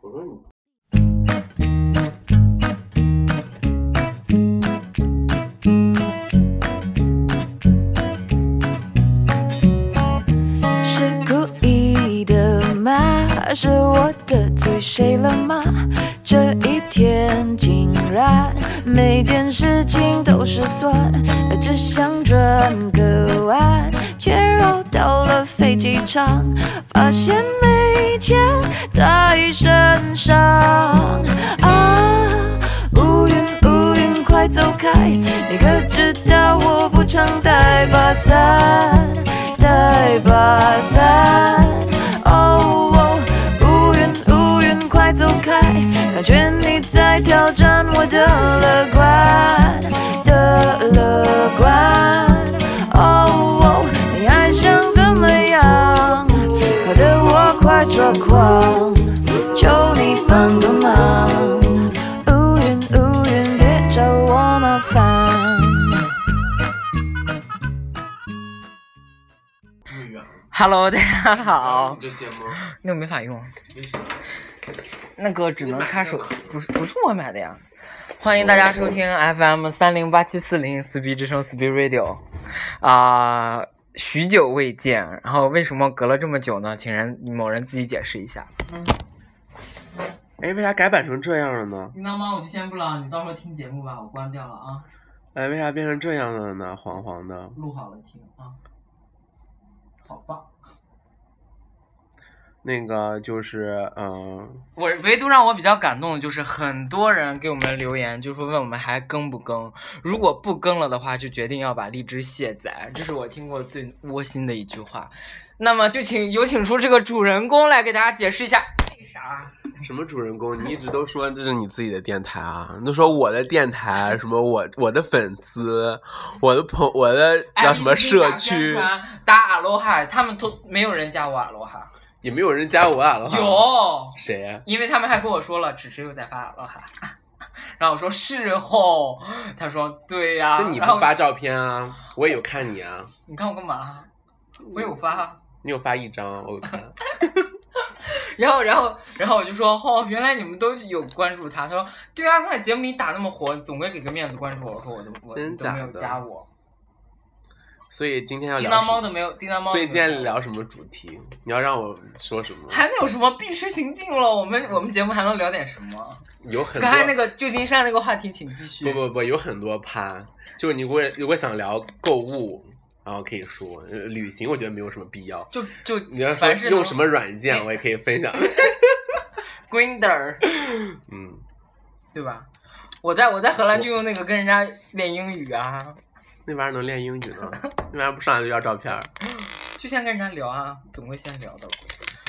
我说你是故意的吗？是我的嘴碎了吗？这一天竟然每件事情都是算，只想转个弯，却绕到了飞机场，发现没钱在身上啊！乌云乌云快走开，你可知道我不常带把伞。带把伞。哦哦，乌云乌云快走开，感觉你在挑战我的乐观的乐观。哦哦，你还想怎么样？搞得我快抓狂，求你帮个忙。乌云乌云，别找我麻烦。太远了。 Hello，大家好你，这些吗？那个没法用，没事那个只能插手你买的吗，不是不是我买的呀。欢迎大家收听 FM 三零八七四零撕逼之声撕逼 Radio，啊、许久未见，然后为什么隔了这么久呢？请人某人自己解释一下。哎，为啥改版成这样了呢？那吗？我就先不了，你到时候听节目吧，我关掉了啊，哎，为啥变成这样了呢？黄黄的，录好了听啊。好棒！那个就是，嗯，我唯独让我比较感动的就是很多人给我们留言，就说问我们还更不更，如果不更了的话，就决定要把荔枝卸载，这是我听过最窝心的一句话。那么就请有请出这个主人公来给大家解释一下为啥。什么主人公？你一直都说这是你自己的电台啊，你都说我的电台，什么我我的粉丝，我的朋，我的哎叫什么社区，打阿罗哈，他们都没有人加我阿罗哈，也没有人加我啊了。有，谁啊？因为他们还跟我说了，只是又在发阿罗哈， 然后我说是哦，他说对呀、那你不然后发照片啊？我也有看你啊，你看我干嘛？我有发啊。你有发一张，我有看。然后，然后，然后我就说，哦，原来你们都有关注他。他说，对啊，那节目你打那么火，总归给个面子关注我。我说我都我真都没有假的加我，所以今天要叮聊当什猫么，都没有，叮当猫所都没以有今加我。天聊什么主题？你要让我说什么？还能有什么避实行进了？我们我们节目还能聊点什么？有很多。刚才那个旧金山那个话题，请继续。不不不，有很多趴，就是你如果如果想聊购物，然后可以说呃旅行，我觉得没有什么必要。就就你要说凡是用什么软件，我也可以分 享。 Grinder 嗯，对吧？我在我在荷兰就用那个跟人家练英语啊，那玩意儿能练英语呢？那玩意儿不上来就要照片儿？就先跟人家聊啊，总归先聊的。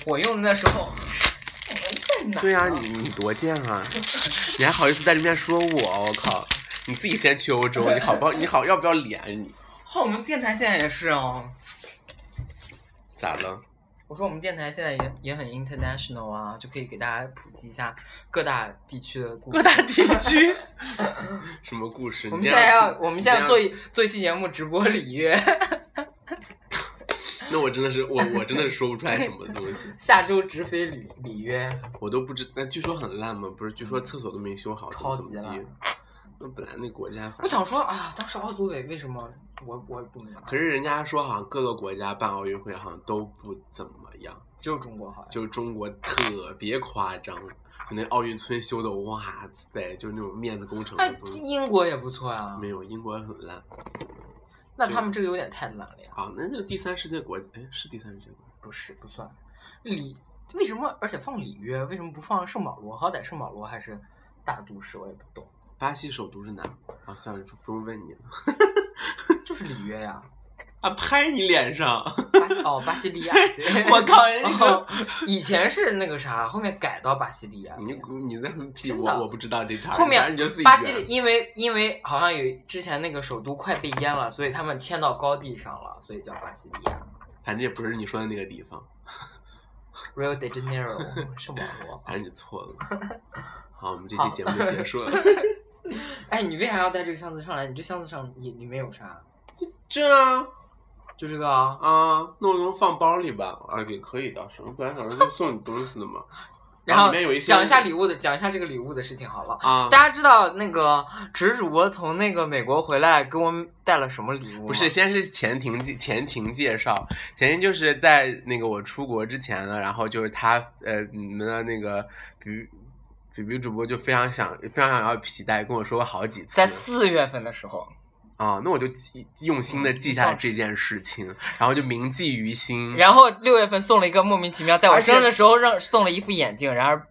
我用的那时候，我在哪？对呀、你你多贱啊！你还好意思在这边说我？我靠！你自己先去欧洲，你好不好？你好要不要脸？你哦，我们电台现在也是哦。咋了？我说我们电台现在也也很 international 啊，就可以给大家普及一下各大地区的故事。各大地区什么故事？我们你现这在样要，我们现在做一做一期节目直播里约，那我真的是我我真的是说不出来什么东西。下周直飞里里约，我都不知，那据说很烂嘛，不是？据说厕所都没修好，怎么超怎级么地烂？那本来那国家反，我想说啊，当时奥组委为什么我我也不明白，可是人家说好像各个国家办奥运会好像都不怎么样，只有中国好像。就是中国特别夸张，就那奥运村修的，哇塞，就那种面子工程那的东西。英国也不错啊，没有，英国很烂。那他们这个有点太烂了呀，好，那就第三世界国，哎，是第三世界国。不是不算里为什么？而且放里约为什么不放圣保罗？好歹圣保罗还是大都市，我也不懂，巴西首都是哪？啊，算了，不用问你了。就是里约呀、啊，拍你脸上！巴西哦，巴西利亚，对 我靠哎人家然后以前是那个啥，后面改到巴西利亚了。你你在那屁真我的我不知道这茬儿。后反正面你就自己巴西圆利，因为因为好像有之前那个首都快被淹了，所以他们迁到高地上了，所以叫巴西利亚。反正也不是你说的那个地方， Rio de Janeiro 圣保罗。反正你错了。 好，我们这好期节目就结束 了。哎，你为啥要带这个箱子上来？你这箱子上也里面有啥？这啊就这个啊， 啊，那我能放包里吧？啊，也可以的，是我本来想着就送你东西的嘛。然后里面有一些讲一下礼物的，讲一下这个礼物的事情好了。啊大，家知道那个直主播从那个美国回来给我们带了什么礼物吗？不是，先是前庭介前情介绍，前情就是在那个我出国之前呢，然后就是他呃你们的那个比比比主播就非常想非常想要皮带，跟我说过好几次在四月份的时候，啊，那我就记用心的嗯记下来这件事情，然后就铭记于心。然后六月份送了一个莫名其妙，在我而且生日的时候让送了一副眼镜，然而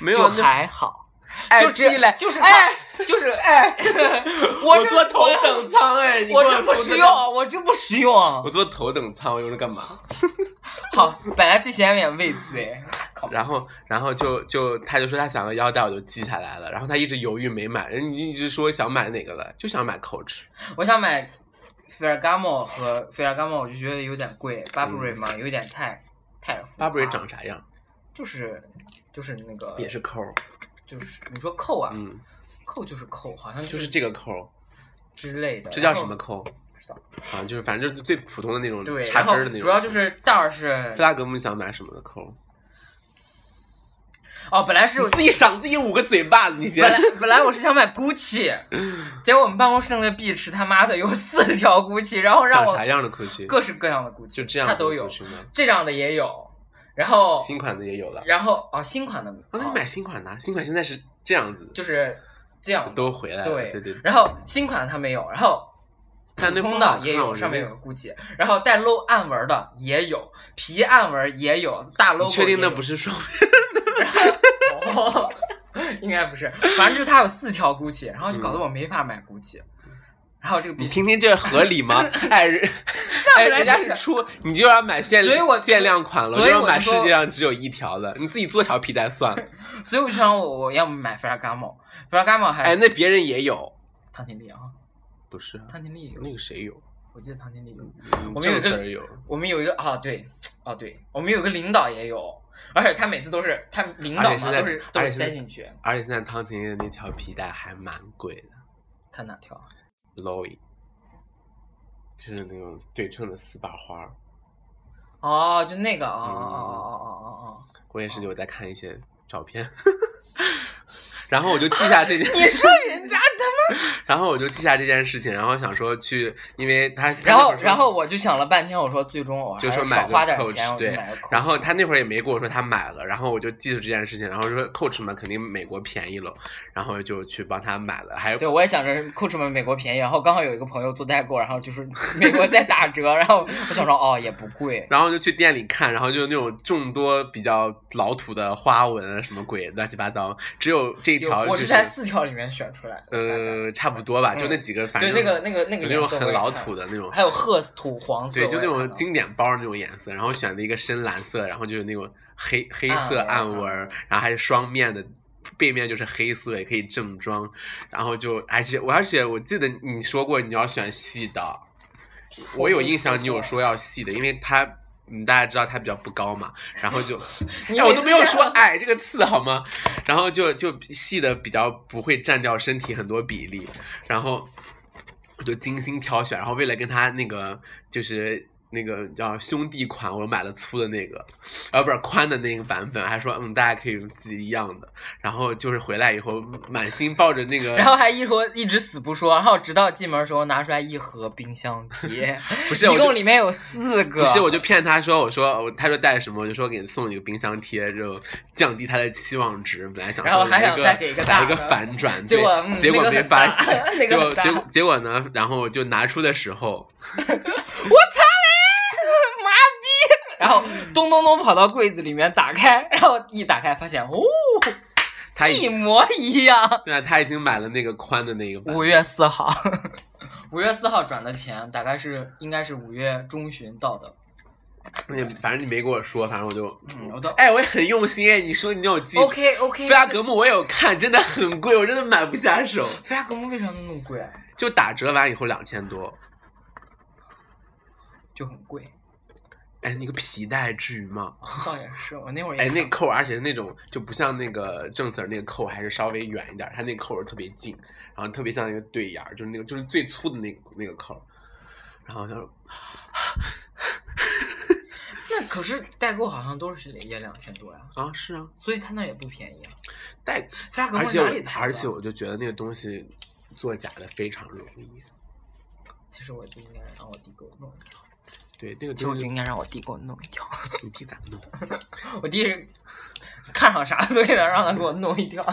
没有就那还好，哎啊就只寄来就 是哎，他就是哎， 我这坐头等舱哎，你我给这不出实个用，我这不实用。我坐头等舱，我用着干嘛？好，本来最显眼位置哎，靠然后，然后就就他就说他想要腰带，我就记下来了。然后他一直犹豫没买，人家一直说想买哪个了，就想买 Coach。我想买 Ferragamo 和 Ferragamo，我就觉得有点贵，Burberry 嘛有点太太浮夸 Burberry 长啥样？啊就是就是那个也是扣儿，就是你说扣啊，嗯，扣就是扣，好像就是是这个扣儿，之类的，这叫然后什么扣？不知道啊，就是反正就是最普通的那种对，插然针后儿的那种。主要就是袋儿是布拉格姆想买什么的扣儿？哦，本来是 自己赏自己五个嘴巴子，你先本。来本来我是想买 GUCCI，结果我们办公室那个壁纸他妈的有四条 GUCCI，然后让长我啥样的 Coach？各式各样的 GUCCI，就这样它的都有， Coach 吗？这样的也有，然后新款的也有了。然后哦新款的，那你哦买新款的啊，新款现在是这样子，就是这样的都回来了。对对对，然后新款的它没有，然后普但那通不好的看也有，我觉上面得有个 GUCCI，然后带 low 暗纹的也有，皮暗纹也有，大 logo 你确定那不是？是 双哦， 应该不是，反正就是它有四条 GUCCI，然后就搞得我没法买 GUCCI，然后这个你比。听听这合理 吗？哎，人哎，本来人家就是出，你就要买限，所以我限量款了，所以要我买就世说界上只有一条的，你自己做条皮带算了。所以我就想我我要么买 Ferragamo，Ferragamo 还哎，那别人也有，唐锦丽啊，不是啊唐锦丽有，那个谁有，我记得唐锦丽有。我们有一个有，我们有一个啊，对，哦对，我们有个领导也有，而且他每次都是他领导而且现嘛在都是都而是且现在塞进去，而且现在汤勤的那条皮带还蛮贵的他哪条？啊，Lowy，就是那种对称的四把花儿。哦，就那个哦嗯哦哦哦哦哦哦，我也是有在看一些照片， 然后我就记下这件。你说人家他 然后我就记下这件事情，然后想说去，因为他，他那妈，然会后儿说然后我就想了半天，我说最终我还就说是买少个花点 Coach，钱，我就对买个 Coach。然后他那会儿也没跟我说他买了，然后我就记住这件事情，然后说 Coach 嘛，肯定美国便宜了，然后就去帮他买了，还对，我也想着 Coach 们美国便宜，然后刚好有一个朋友做代购，然后就是美国在打折， 然后我想说哦也不贵，然后就去店里看，然后就那种众多比较老土的花纹啊什么鬼乱七八糟，只有这有条、就我是在四条里面选出来的。呃差不多吧，嗯就那几个，反大概，对正那个那个那个有那颜种色很我也老看土的那种，还有褐土黄色，对，就那我种也看到经典包那种颜色，然后选了一个深蓝色，然后就是那种黑黑色暗暗纹纹暗儿纹，然后还是双面的，背面就是黑色，也可以正装，然后就而且我而且我记得你说过你要选细的，我有印象你有说要细的，因为它。嗯，大家知道它比较不高嘛，然后就，你哎，我每都次没有这说样矮这个字好吗？然后就就细的比较不会占掉身体很多比例，然后我就精心挑选，然后为了跟他那个就是那个叫兄弟款，我买了粗的那个，呃，不是宽的那个版本，还说嗯，大家可以用自己一样的。然后就是回来以后，满心抱着那个，然后还一说一直死不说，然后直到进门的时候拿出来一盒 冰箱贴，不是啊一我就共里面有四个，不是，我就骗他说，我说我他说带什么，我就说给你送一个冰箱贴，就降低他的期望值。本来想然后说还想一个再给一个大来一个的反转，结对果嗯结那果个没很发 大，现那结个果很结大果结果呢，然后我就拿出的时候，我擦嘞，麻痹！然后咚咚咚跑到柜子里面打开，然后一打开发现，哦，他已一模一样。对啊，他已经买了那个宽的那个版五月四号， 五月四号转的钱，大概是应该是五月中旬到的。本，你反正你没跟我说，反正我就，嗯，我都哎，我也很用心哎，你说你有记住 OK OK。菲拉格慕我也有看，真的很贵，我真的买不下手，菲拉格慕为什么那么贵啊？就打折完以后两千多，就很 贵，哎，那个皮带至于吗？倒也是。我那会儿也哎，那想扣儿，而且那种就不像那个正 Sir 那个扣儿，还是稍微远一点儿，他那扣儿特别近，然后特别像一个对眼儿，就是那个就是最粗的那个那个扣儿。然后他说，那可是代购好像都是也两千多呀，啊，是啊，所以他那也不便宜啊。代，发哥而我且哪里我拍而的且我就觉得那个东西做假的非常容易，其实我就应该让我弟给我弄一条，对，那个其实我东就西应该让我弟给我弄一条。你弟咋弄？我弟是看上啥都给他让他给我弄一条。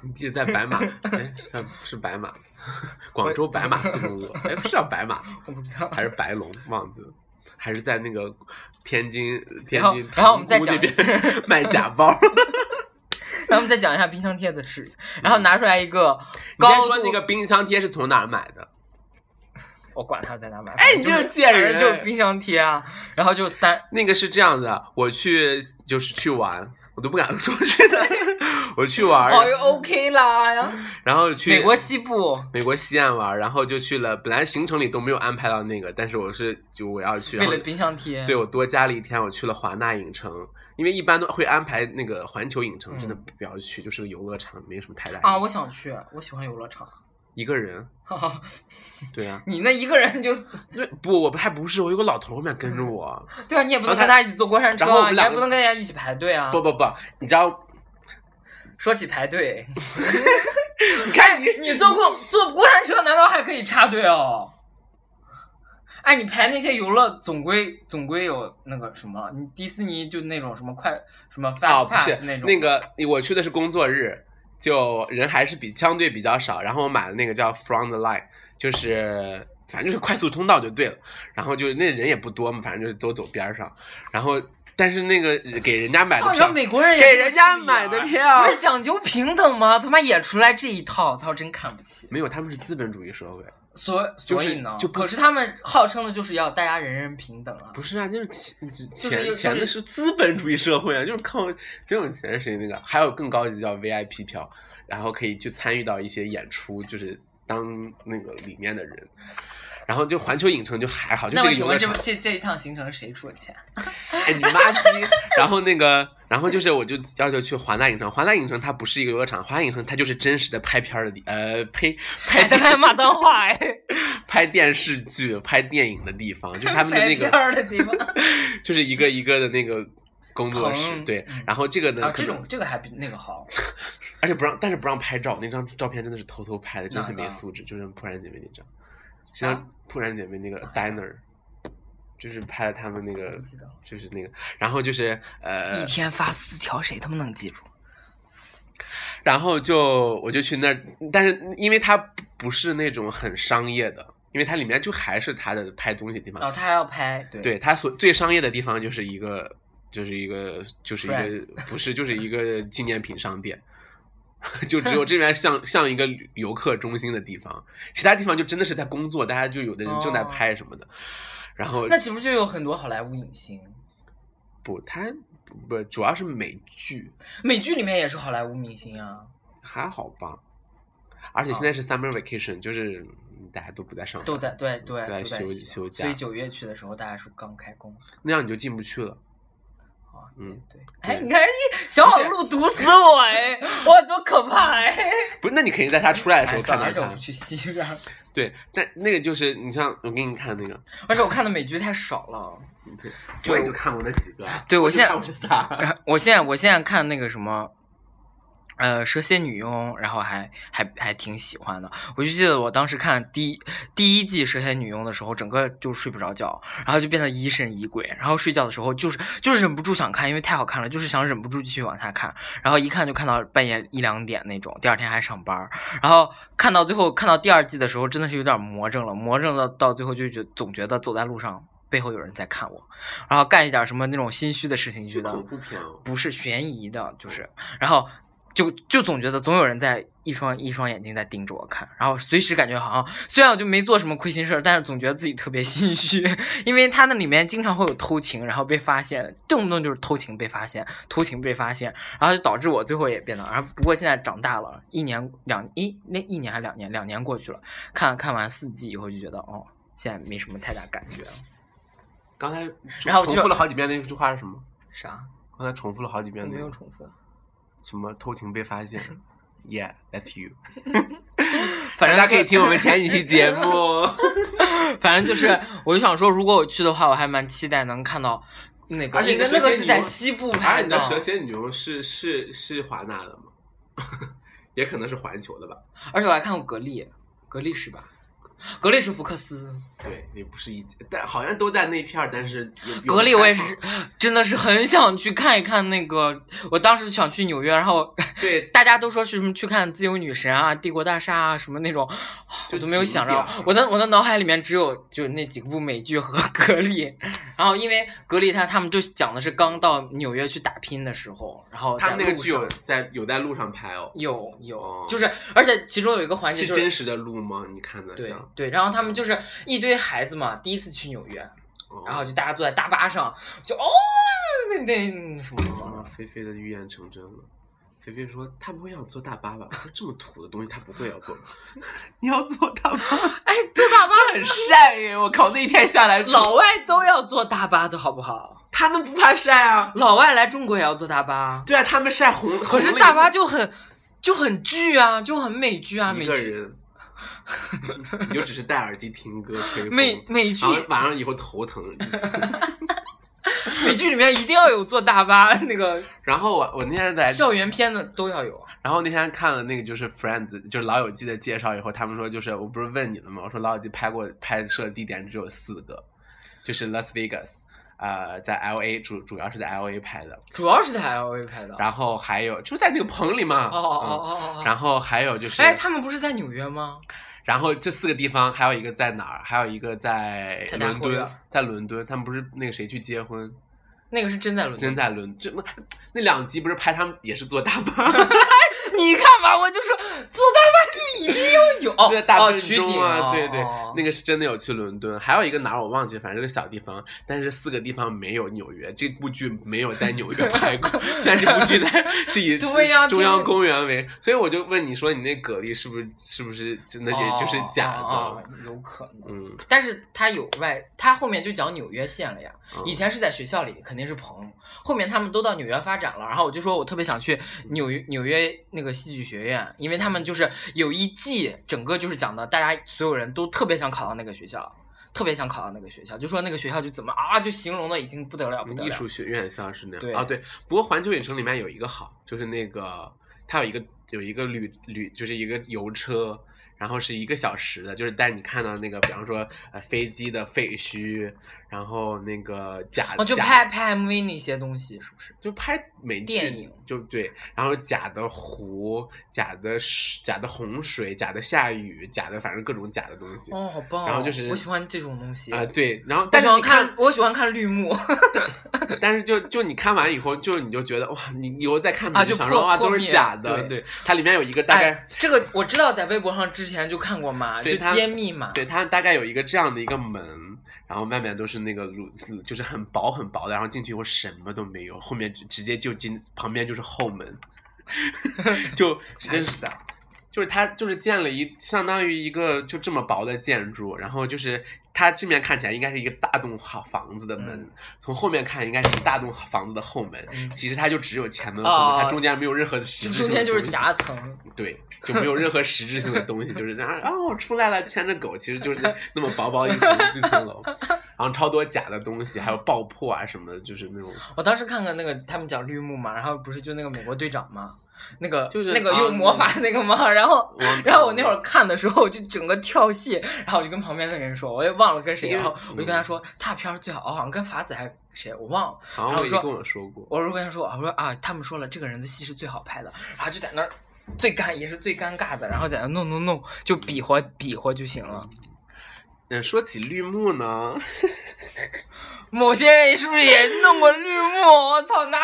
你弟在白 马，哎，像是白马， 广州白马四公路，哎，不是叫白马，我不知道。 还是白龙，忘记了。还是在那个天津，天后津然后我们再塘沽那讲边卖假包。然后我们再讲一下冰箱贴的事情，然后拿出来一个你先高说度那个冰箱贴是从哪儿买的？我管他在哪买。哎你反正这贱反正人就是冰箱贴啊，然后就三那个是这样子，我去就是去玩，我都不敢说去哪儿， 我去玩，哦又 OK 啦呀，然后去美国西部。美国西岸玩，然后就去了，本来行程里都没有安排到那个，但是我是就我要去，为然后了冰箱贴，对我多加了一天，我去了华纳影城，因为一般都会安排那个环球影城，真的嗯不要去，就是个游乐场，没什么太大意义啊，我想去，我喜欢游乐场。 一个人，对啊，你那一个人就那不我还不是，我有个老头儿后面跟着我，对啊，你也不能然后跟他他一起坐过山车然后我啊，们你两还个不能跟人家一起排队啊。不不不，你知道，说起排队，你看你你坐过坐过山车，难道还可以插队哦？哎，你排那些游乐，总归总归有那个什么，你迪士尼就那种什么快什么啊， fast 不是 pass 那种，那个，我去的是工作日，就人还是比相对比较少。然后我买了那个叫 Front Line，就是反正就是快速通道就对了。然后就是那人也不多嘛，反正就是都走边儿上。然后但是那个给人家买的哦，你知票道，美国人也给不人是家一买样的 啊票不是讲究平等吗？他妈也出来这一套，操，真看不起。没有，他们是资本主义社会，所就所是以呢，就不可是他们号称的就是要大家人人平等啊。不是啊，那是钱就是钱有钱的就是资本主义社会啊，就是靠真有钱谁那个，还有更高级叫 VIP 票，然后可以去参与到一些演出，就是当那个里面的人。然后就环球影城就还好，就那是么一个请游乐问这场。这这一趟行程谁出的钱？哎，你妈逼！然后那个，然后就是我就要求去华纳影城。华纳影城它不是一个游乐场，华纳影城它就是真实的拍片儿的地，呃，呸，拍 哎，他还骂脏话哎，拍电视剧、拍电影的地方，就是 他们的拍那个片儿 的地方。就是一个一个的那个工作室，棚对嗯。然后这个呢，啊，可这能种这个还比那个好。而且不让，但是不让拍照，那张照片真的是偷偷拍的，真的哪很个没素质，就是《破然姐妹》那张，啥像《破然姐妹》那个 diner，就是拍了他们那我个不记得了，就是那个，然后就是呃一，天发四条，谁他妈能记住？然后就我就去那儿，但是因为它不不是那种很商业的，因为它里面就还是它的拍东西的地方然，哦后他还要拍，对啊对，它所最商业的地方就是一个，就是一个，就是一个，不是，就是一 个纪念品商店， 就只有这边像像一个旅游客中心的地方，其他地方就真的是在工作，大家就有的人正在哦拍什么的，然后那岂不是就有很多好莱坞影星？不，它不主要是美剧，美剧里面也是好莱坞明星啊，还好吧，而且现在是 summer vacation，就是嗯大家都不在上班，哦都在对对都在都在休休休假所以九月去的时候，大家是刚开工那样你就进不去了，啊。嗯，对，哎，对你看一小好路毒死我 哎，我多可怕哎！不是，那你肯定在他出来的时哎候算看了，到而且我不他，去西边，对，但那个就是你像我给你看那个。 而且我看的美剧太少了。就我也就看过那几个。对我就现在看过这仨。 我现在我现在看那个什么，呃，蛇蝎女佣，然后还还还挺喜欢的。我就记得我当时看第一第一季蛇蝎女佣的时候，整个就睡不着觉，然后就变得疑神疑鬼，然后睡觉的时候就是就是忍不住想看，因为太好看了，就是想忍不住继续往下看，然后一看就看到半夜一两点那种，第二天还上班儿，然后看到最后看到第二季的时候，真的是有点魔怔了，魔怔到到最后就觉总觉得走在路上。背后有人在看我，然后干一点什么那种心虚的事情，就觉得恐怖片哦。不是悬疑的，就是，然后就就总觉得总有人在一双一双眼睛在盯着我看，然后随时感觉好像虽然我就没做什么亏心事儿，但是总觉得自己特别心虚， 因为他那里面经常会有偷情，然后被发现，动不动就是偷情被发现，偷情被发现，然后就导致我最后也变得，然后不过现在长大了，一年两一那一年还两年两年过去了，看看完四季以后就觉得哦，现在没什么太大感觉了，刚才然后重就复了好几遍那句话是什么？啥？刚才重复了好几我遍没那有个重复。什么偷情被发 现。Yeah, that's you。反正大家可以就听我们前几期节目。 反正就是，我就想说，如果我去的话，我还蛮期待能看到那个，而且那个你的那蛇个蝎是在牛西部而拍且哎你的的， 蛇蝎牛是是是华纳的吗？ 也可能是环球的吧。而且我还看过格力，格力是吧？格力是福克斯，对，也不是一，但好像都在那片儿，但是有有格力我也开是放真的是很想去看一看那个，我当时想去纽约，然后对，大家都说是什么去看自由女神啊、帝国大厦啊什么那种，就啊我都没有想景到点儿，我的我的脑海里面只有就是那几部美剧和格力， 然后因为格力他他们就讲的是刚到纽约去打拼的时候，然后他在们那个路剧有上在有在路上拍哦，有有哦，就是而且其中有一个环节是就是真实的路吗？你看的对像，对，然后他们就是一堆孩子嘛，第一次去纽约，哦然后就大家坐在大巴上，就哦，那那那什么什 么哦，菲菲的预言成真了。菲菲说：“他不会要坐大巴吧？”我说：“这么土的东西，他不会要坐。 你要坐大巴，哎，坐大巴很晒耶！我靠，那一天下来， 老外都要坐大巴的好不好？他们不怕晒啊。老外来中国也要坐大巴，对啊，他们晒红，可是红了大一巴就很就很剧啊，就很美剧啊，美一个剧人，你就只是戴耳机听歌吹风，美美剧然后晚上以后头疼。 美剧里面一定要有坐大巴， 那个然后我我那天在，校园片的都要有。啊然后那天看了那个就是 Friends，就是老友记的介绍以后，他们说就是我不是问你了吗？我说老友记拍过拍摄地点只有四个，就是 Las Vegas，呃，在 L A 主主要是在 L A 拍的，主要是在 L A 拍的。哦然后还有就是在那个棚里嘛，哦哦嗯哦哦哦。然后还有就是，哎，他们不是在纽约吗？然后这四个地方还有一个在哪儿？还有一个在在哪伦会敦啊，在伦敦，他们不是那个谁去结婚？那个是真在伦敦。真在伦这那两集不是拍他们也是坐大巴，你看吧，我就说坐大巴就一定要有哦在大哦笨取钟景啊，对对哦，那个是真的有去伦敦，还有一个哪儿我忘记，反正是个小地方，但是四个地方没有纽约，这部剧没有在纽约拍 过，虽然这部剧在是以中央中央公园为，所以我就问你说你那蛤蜊是不是是不是真的也就是假的？哦哦哦有可能。嗯，但是他有外，他后面就讲纽约线了呀。嗯以前是在学校里，肯定是棚。后面他们都到纽约发展了，然后我就说我特别想去纽约纽约那个戏剧学院，因为他们就是有一季，整个就是讲的大家所有人都特别想考到那个学校，特别想考到那个学校，就说那个学校就怎么啊，就形容的已经不得了不得了。艺术学院像是那对样啊，对。不过环球影城里面有一个好，就是那个它有一个有一个旅旅，就是一个游车，然后是一个小时的，就是带你看到那个，比方说呃飞机的废墟，然后那个假哦，就假拍拍 MV 那些东西是不是？就拍美剧电影就对，然后假的湖、假的水假的洪水、假的下雨、假的反正各种假的东西啊、哦，好棒哦、然后就是啊我喜欢这种东西。对，然后我但喜是你欢看，我喜欢看绿幕 但是就就你看完以后，就你就觉得哇，你以后再看啊你就想破说哇破都是灭假的，对对它里面有一个大概，哎这个我知道，在微博上之前就看过嘛，就对它揭秘嘛。对它大概有一个这样的一个门，然后外面都是那个乳，就是很薄很薄的，然后进去以后什么都没有，后面就直接就进旁边就是后 门，就啥意思的。就是它就是建了一相当于一个就这么薄的建筑，然后就是它这面看起来应该是一个大栋好房子的门，嗯从后面看应该是一大栋房子的后门，嗯其实它就只有前门和后门，哦它中间没有任何就实质中性的间就是东西夹层，对，就没有任何实质性的东西，就是然后啊我出来了，牵着狗，其实就是那那么薄薄一层 一层楼，然后超多假的东西，还有爆破啊什么的，就是那种我当时看看那个他们讲绿幕嘛，然后不是就那个美国队长嘛，那个就是那个啊嗯用魔法那个嘛，然后我然后我那会儿看的时候就整个跳戏，然后我就跟旁边那个人说，我也忘了跟谁，因为嗯然后我就跟他说大片儿最好，哦好像跟法子还谁我忘了，好像然后我已说经跟我说过，我就跟他说，我说啊他们说了这个人的戏是最好拍的，然后就在那儿最尴也是最尴尬的，然后在那弄弄弄就比划比划就行了。嗯，说起绿幕呢，某些人是不是也弄过绿幕？我操，拿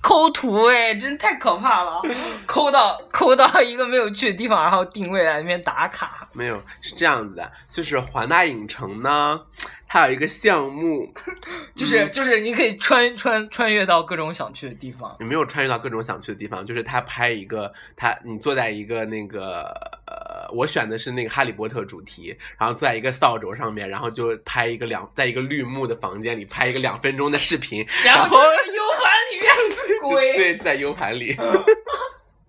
抠图哎，真太可 怕了！抠到抠到一个没有去的地方，然后定位在那边打卡。没有是这样子的，就是华纳影城呢，它有一个项目，嗯就是、就是，你可以穿穿穿越到各种想去的 地方。你没有穿越到各种想去的地方，就是他拍一个他你坐在一个那个呃，我选的是那个哈利波特主题，然后坐在一个扫帚上面，然后就拍一个两在一个绿幕的房间里拍一个两分钟的视频，然后后就 U 盘里 面 就归，对，就在 U 盘里。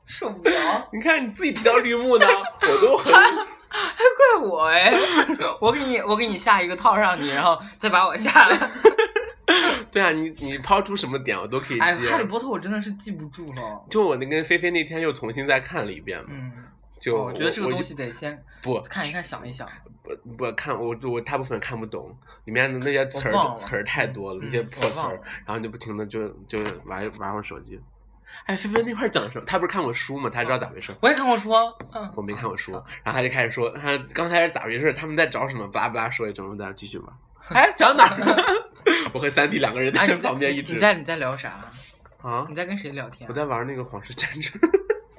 受不了，你看你自己提到绿幕呢，我都很还怪我哎 哎！我给你我给你下一个套上你，然后再把我下来。对啊，你你抛出什么点我都可以哎，接。哈利波特我真的是记不住了。就我那跟菲菲那天又重新再看了一遍嘛，嗯，就我觉得这个我东西得先不看一看，想一想。不不看我我大部分看不懂，里面的那些词忘了儿词儿太多了，那些嗯破我词忘儿了，然后你就不停的就就玩玩会儿手机。哎，菲菲那块儿讲什么？她不是看过书吗？她知道咋回事。我也看过书啊，嗯，我没看过书算了，然后她就开始说，她刚才是咋回事？他们在找什么？巴拉巴拉说一整，我们再继续玩。 哎，讲哪儿了？ 我和三弟两个 人哎，在你在旁边一直你在你在聊啥？啊你，在跟谁聊天我？在玩那个皇室战争，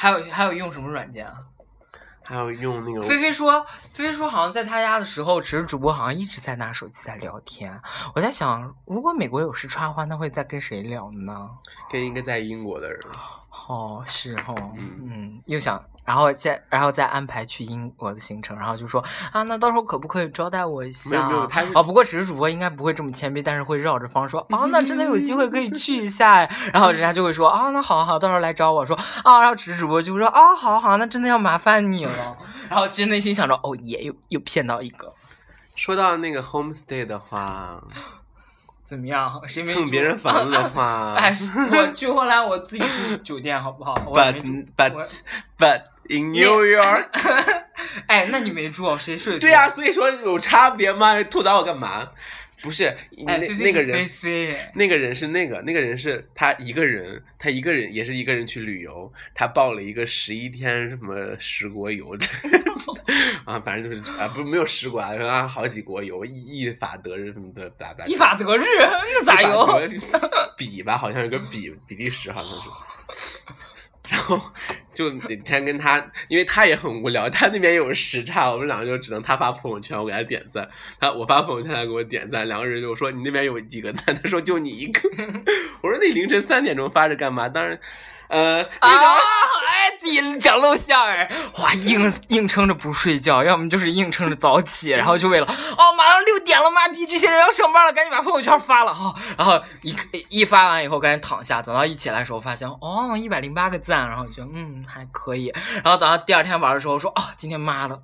还有还有用什么软件啊？还有用那个菲菲说，菲菲说好像在她家的时候，只是主播好像一直在拿手机在聊天。我在想，如果美国有时差的话，那会在跟谁聊呢？跟一个在英国的人。哦，是哦，嗯嗯，又想，然后再然后再安排去英国的行程，然后就说啊，那到时候可不可以招待我一下？没有没有，他是哦，不过只是主播应该不会这么谦卑，但是会绕着方说啊，那真的有机会可以去一下哎， 然后人家就会说啊，那好好，到时候来找我说啊，然后只是主播就会说啊，好好，那真的要麻烦你了。 然后其实内心想着哦，也又又骗到一个，说到那个 homestay 的话，怎么样？谁没蹭别人住房子啊的话， 哎，我去后来我自己住酒店好 不好？我也没 but 住我 but but in New York，哎，那你没住，谁睡？对啊，，所以说有差别吗？吐槽我干嘛？不是那哎，菲菲那个是菲人，菲，那个人是那个，那个人是他一个人，他一个人也是一个人去旅游，他报了一个十一天什么十国游之类的 啊，反正就是啊，不是没有十国啊，啊好几国游，意意法德日什么的，咋咋依法得日， 那咋游？有？比吧，好像有个比比利时，好像是。 然后就每天跟他，因为他也很无聊，他那边有时差，我们两个就只能他发朋友圈，我给他点赞，他我发朋友圈，他给我点赞，两个人就说你那边有几个赞， 他说就你一个，我说那凌晨三点钟发着干嘛？当然，呃， 啊那个、！哎，自己讲露馅儿，哇，硬硬撑着不睡觉，要么就是硬撑着早起，嗯然后就为了哦，马上六点了，妈逼，这些人要上班了，赶紧把朋友圈发了哈、然后一一发完以后，赶紧躺下，等到一起来的时候，发现哦，一百零八个赞，然后觉得嗯还可以，然后等到第二天玩的时候说哦，今天妈的，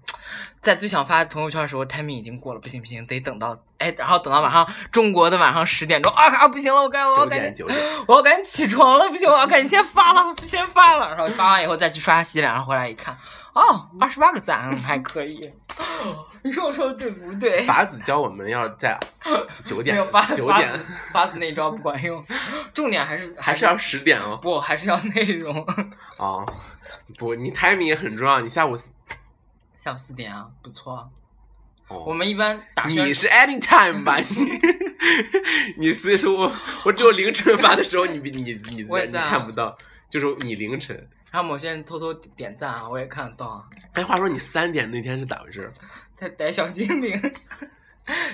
在最想发朋友圈的时候，timing 已经过了，不行不行，得等到哎，然后等到晚上中国的晚上十点钟啊啊，不行了，我该我要九赶紧点九点，我要赶紧起床了，不行，我要赶紧先发了， 先发了，然后发完以后再去刷牙洗脸，然后回来一看，哦，二十八个赞，嗯还可以。 你说我说的对不对？法子教我们要 在九没点有发九发点子发子那招不管用，重点还是还是要十点哦。不还是要内容。 哦，不，你 timing 也很重要。你下午，下午四点啊，不错啊。哦、我们一般打宣你是 anytime 吧？你你 所以说我我只有凌晨发的时候，你你你我也你在啊看不到，就是你凌晨。然后某些人偷偷点赞啊，我也看得到啊。哎，话说你三点那天是咋回事？他逮小精灵，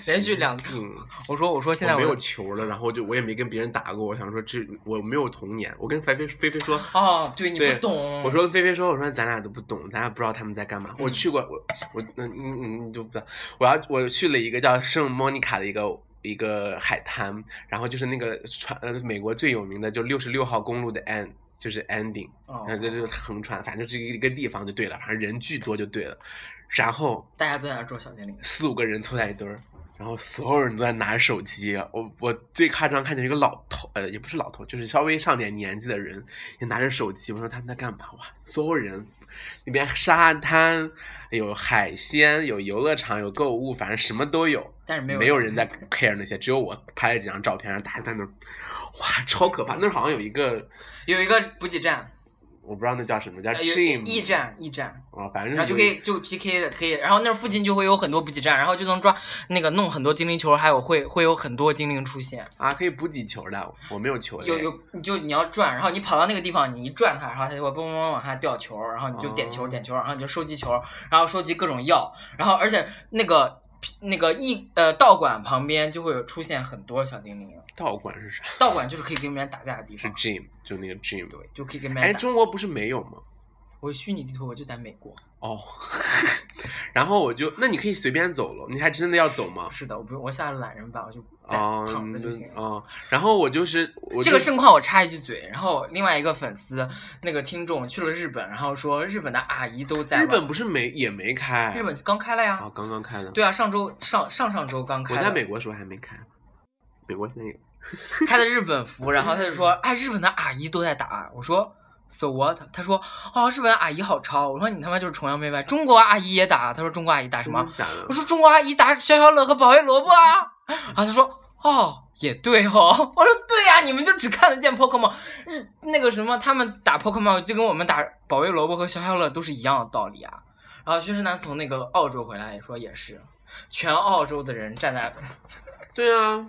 连续两嗯，我说我说现在我我没有球了，然后就我也没跟别人打过。我想说这我没有童年，我跟菲菲菲菲说。哦，对你对不懂。我说跟菲菲说，我说咱俩都不懂，咱俩不知道他们在干嘛。我去过，我我嗯嗯嗯，就不知道。我要我去了一个叫圣莫妮卡的一个一个海滩，然后就是那个船呃美国最有名的就六十六号公路的 end 就是 ending，哦然后这就是横穿，反正就是一个地方就对了，反正人巨多就对了。然后大家都在那捉小精灵。四五个人凑在一堆儿，然后所有人都在拿着手机。我我最夸张看见一个老头，呃，也不是老头，就是稍微上点年纪的人，也拿着手机。我说他们在干嘛？哇，所有人那边沙滩有海鲜，有游乐场，有购物，反正什么都有。但是没有没有人在 care 那些，只有我拍了几张照片，然后大家在那儿，哇，超可怕！那儿好像有一个，有一个补给站，我不知道那叫什么，叫呃有 gym，驿站，驿站，啊、反正然后就有可一以就 PK 的，可以，嗯然后那附近就会有很多补给站，然后就能抓那个弄很多精灵球，还有会会有很多精灵出现，啊，可以补给球的，我没有球的，有有你就你要转，然后你跑到那个地方，你一转它，然后它就会嘣嘣嘣往下掉球，然后你就点球哦点球，然后你就收集球，然后收集各种药，然后而且那个。那个驿呃道馆旁边就会有出现很多小精灵，道馆是啥？道馆就是可以跟别人打架的地是方， gym，就那个 gym。对，就可以跟别哎，人打。中国不是没有吗？我虚拟地图我就在美国，哦， 然后我就，那你可以随便走了，你还真的要走吗？是的，我不用我下了懒人版，我就在哦，躺着就嗯行了。哦，然后我就是，我这就个盛况我插一句嘴，然后另外一个粉丝那个听众去了日本，然后说日本的阿姨都在日玩本不是没也没开，哦日本刚开了呀，啊、刚刚开的，，对啊，上周上上上周刚开我了，在美国时候还没开，美国现在有，他的日本服，然后他就说，哎，日本的阿姨都在打，我说。So what？他说，哦，日本的阿姨好潮。我说你他妈就是崇洋媚外，中国阿姨也打。他说中国阿姨打什么？真的假的我？说中国阿姨打消消乐和保卫萝卜啊，然后他说哦也对哦，我说对呀、你们就只看得见 Pokemon，日那个什么他们打 Pokemon 就跟我们打保卫萝卜和消消乐都是一样的道理啊。然后薛之南从那个澳洲回来也说也是，全澳洲的人站在对啊，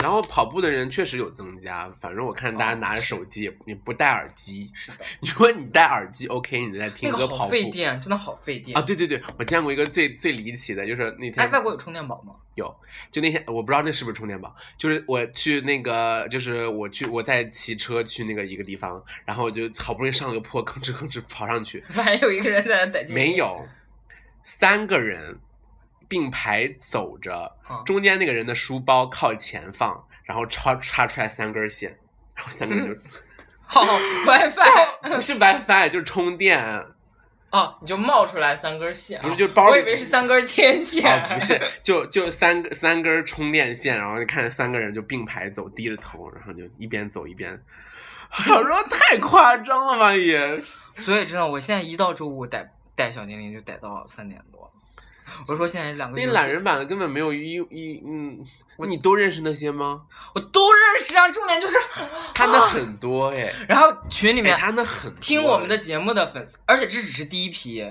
然后跑步的人确实有增加，反正我看大家拿着手机，也你不戴耳机， 你说你戴耳机 OK，你在听那歌个跑好步费电，真的好费电啊，。对对对，我见过一个最最离奇的，就是那哎，天外国有充电宝吗？有，就那天我不知道那是不是充电宝，就是我去那个，就是我去我在骑车去那个一个地方，然后我就好不容易上了个坡，吭哧吭哧跑上去， 反正有一个人在那逮鸡。没有，三个人并排走着， 啊中间那个人的书包靠前放，然后插插出来三根线，然后三个人就好哦 WiFi 不是 WiFi 就是充电，哦，你就冒出来三根线啊，啊不是就包我里以为是三根天线哦，，不是，就就三个三根充电线，然后就看三个人就并排走，低着头，然后就一边走一边。 我 说太夸张了吧也，所以真的，我现在一到周五逮逮小精灵就逮到三点多。我说现在两个那游戏懒人版的根本没有一一嗯，你都认识那些吗？我都认识啊，重点就是，他那很多哎，然后群里哎哦面他那很多哎听我们的节目的粉丝，而且这只是第一批，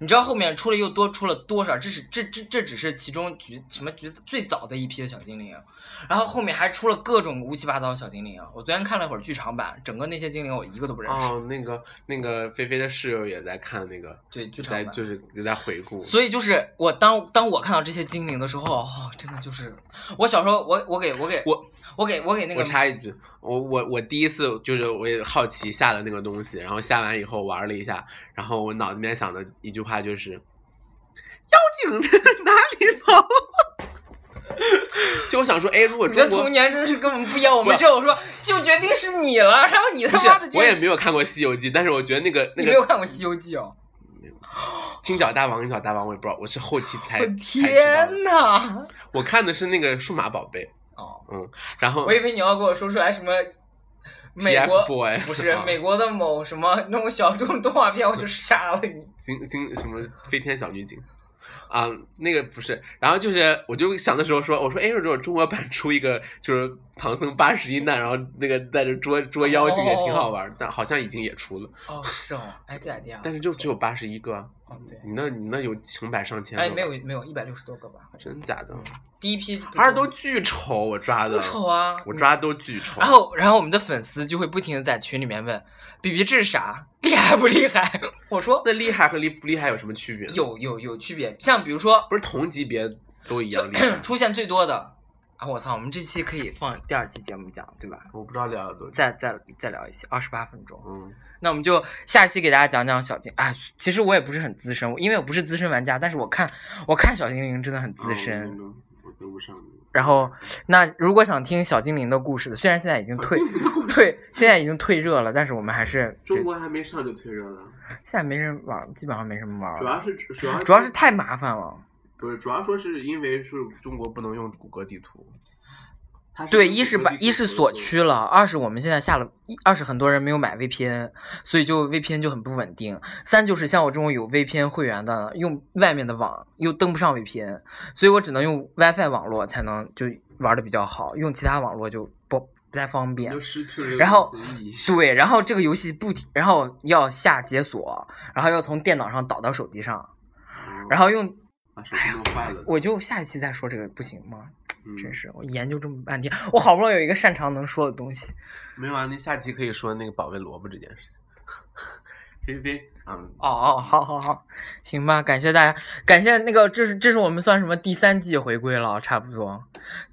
你知道后面出了又多出了多少？这是这这这只是其中橘什么橘子最早的一批的小精灵，啊然后后面还出了各种乌七八糟的小精灵。啊我昨天看了会儿剧场版，整个那些精灵我一个都不认识。哦，那个那个菲菲的室友也在看那个，对，剧场在版就是在回顾，所以就是我当当我看到这些精灵的时候，哦、真的就是我小时候我我给我给我我给我给那个我插一句，我我我第一次就是我也好奇下了那个东西，然后下完以后玩了一下，然后我脑子里面想的一句话就是：妖精 哪里跑？ 就我想说，哎，如果你的中国童年真的是根本不一样。我们不这我说就决定是你了，然后你不他是妈的，竟我然也没有看过《西游记》，但是我觉得那个那你没有个看过《西游记》哦，金角大王、银角大王，我也不知道，我是后期才我才知道的天哪！我看的是那个数码宝贝，哦，嗯，然后我以为你要给我说出 来什么。美 TF 国 boy 不是啊美国的某什么那种小众动画片，我就杀了 你。金金什么飞天小女警啊，那个不是，然后就是我就想的时候说，我说哎，如果中国版出一个就是唐僧八十一难，然后那个带着捉捉妖精也挺好玩，但好像已经也出了，哦，是哦，哎，这咋地啊？但是就只有八十一个啊，哦对，你那你那有成百上千个，哎，没有，没有一百六十多个吧？真假的，第一批而且都巨丑，我抓的不丑啊，我抓的都巨丑，然后，然后我们的粉丝就会不停的在群里面问：“B B 这是啥？厉害不厉害？” 我说那厉害和厉不厉害有什么区别？，有有有区别，像比如说不是同级别都一就，样厉害 出现最多的啊，我操，我们这期可以放第二期节目讲，对吧？我不知道聊了多久，再再再聊一期，二十八分钟。嗯，那我们就下期给大家讲讲小精啊，其实我也不是很资深，因为我不是资深玩家，但是我看我看小精灵真的很资深。嗯，我跟不上。然后，那如果想听小精灵的故事的，虽然现在已经退退，现在已经退热了，但是我们还是中国还没上就退热了，现在没人玩，基本上没什么玩儿主了要。是嗯主要主要是太麻烦了。不是主要说是因为是中国不能用谷歌地图，它对，用一是谷歌把地图一是锁区了，二是我们现在下了一二是很多人没有买 VPN，所以就 VPN 就很不稳定。三就是像我这种有 VPN 会员的，用外面的网又登不上 VPN，所以我只能用 WiFi 网络才能就玩的比较好，用其他网络就不不太方你便就。失去了这个然后游戏的意义。对，然后这个游戏不停，然后要下解锁，然后要从电脑上导到手机上，然后用把手机弄坏了，我就下一期再说这个不行吗？嗯真是我研究这么半天，我好不容易有一个擅长能说的东西。没有啊。那下期可以说那个保卫萝卜这件事情。 菲菲，嗯，哦哦，好好好，行吧，感谢大家，感谢那个，这是这是我们算什么第三季回归了，差不多。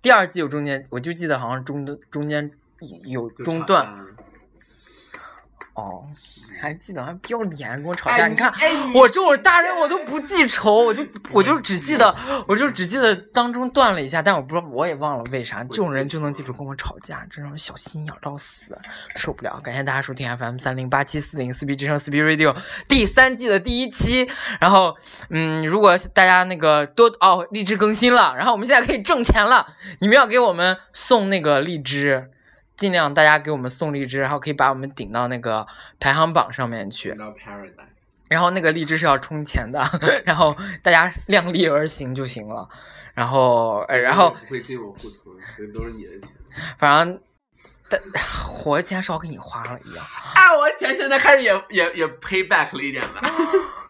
第二季有中间，我就记得好像中中间有就中差断，嗯哦，还记得还不要脸跟我吵架，哎你看哎你我这种大人我都不记仇，我就我就只记得我就只记得当中断了一下，但我不知道我也忘了为啥，这种人就能记住跟我吵架，真让我小心眼儿到死，受不了。感谢大家收听 FM 三零八七四零四 B 之声四 B Radio 第三季的第一期，然后嗯，如果大家那个多哦荔枝更新了，然后我们现在可以挣钱了，你们要给我们送那个荔枝。尽量大家给我们送荔枝，然后可以把我们顶到那个排行榜上面去。到 paradise。然后那个荔枝是要充钱的， 然后大家量力而行就行了。然后，呃，然后不会进我户头，这都是你的钱。反正，但我的钱少给你花了一样。啊，我的钱现在开始也也也 pay back 了一点吧。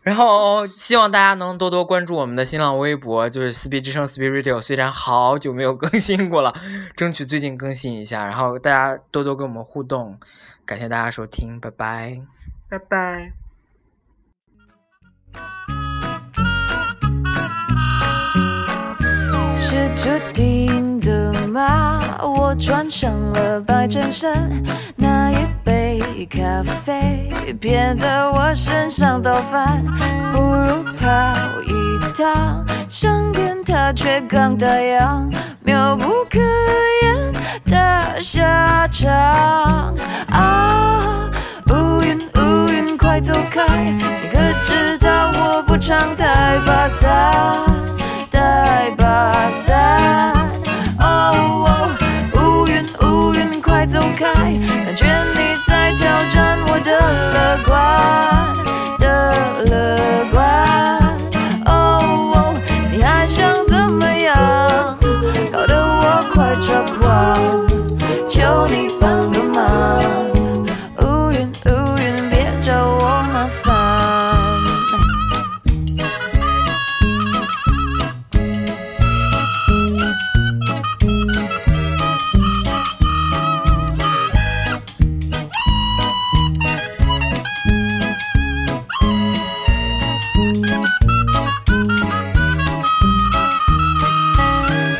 然后希望大家能多多关注我们的新浪微博，就是四 B 之声四 B Radio。虽然好久没有 更新过了，争取最近更新一下。然后大家多多跟我们互动，感谢大家收听，拜拜。拜拜。是注定的吗？我穿上了白衬衫，那一杯咖啡偏在我身上倒翻，不如跑一趟，商店它却刚打烊，妙不可言的下场啊！乌云乌云快走开，你可知道我不常带把伞。带把伞。哦哦，乌云乌云快走开，感觉你在挑战我的乐观的乐观。哦哦，你还想怎么样？搞得我快抓狂，求你帮个忙。乌云乌云，别找我麻烦。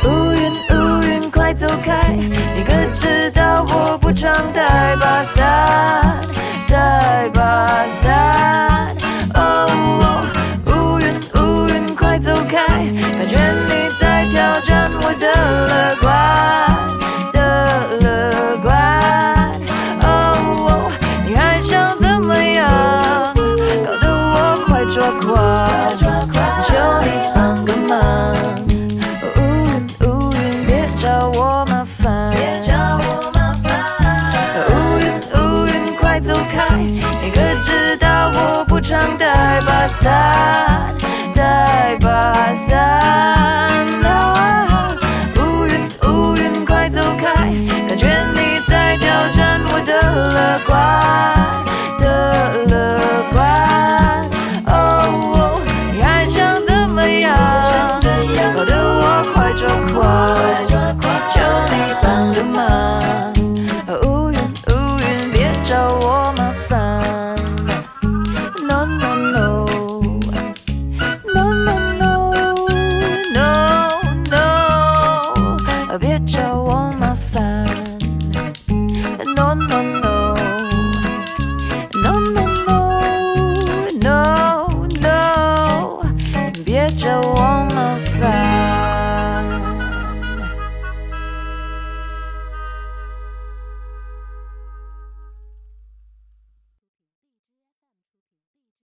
乌云乌云快走开，你可知道我不常带把伞，带把伞。哦哦，乌云乌云快走开，感觉你在挑战我的乐观的乐观。哦哦，你还想怎么样？搞得我快抓狂，求你帮个忙。乌云乌云，别找我麻烦，别找我麻烦。乌云乌云，快走开，你可知道我不常带把伞，啊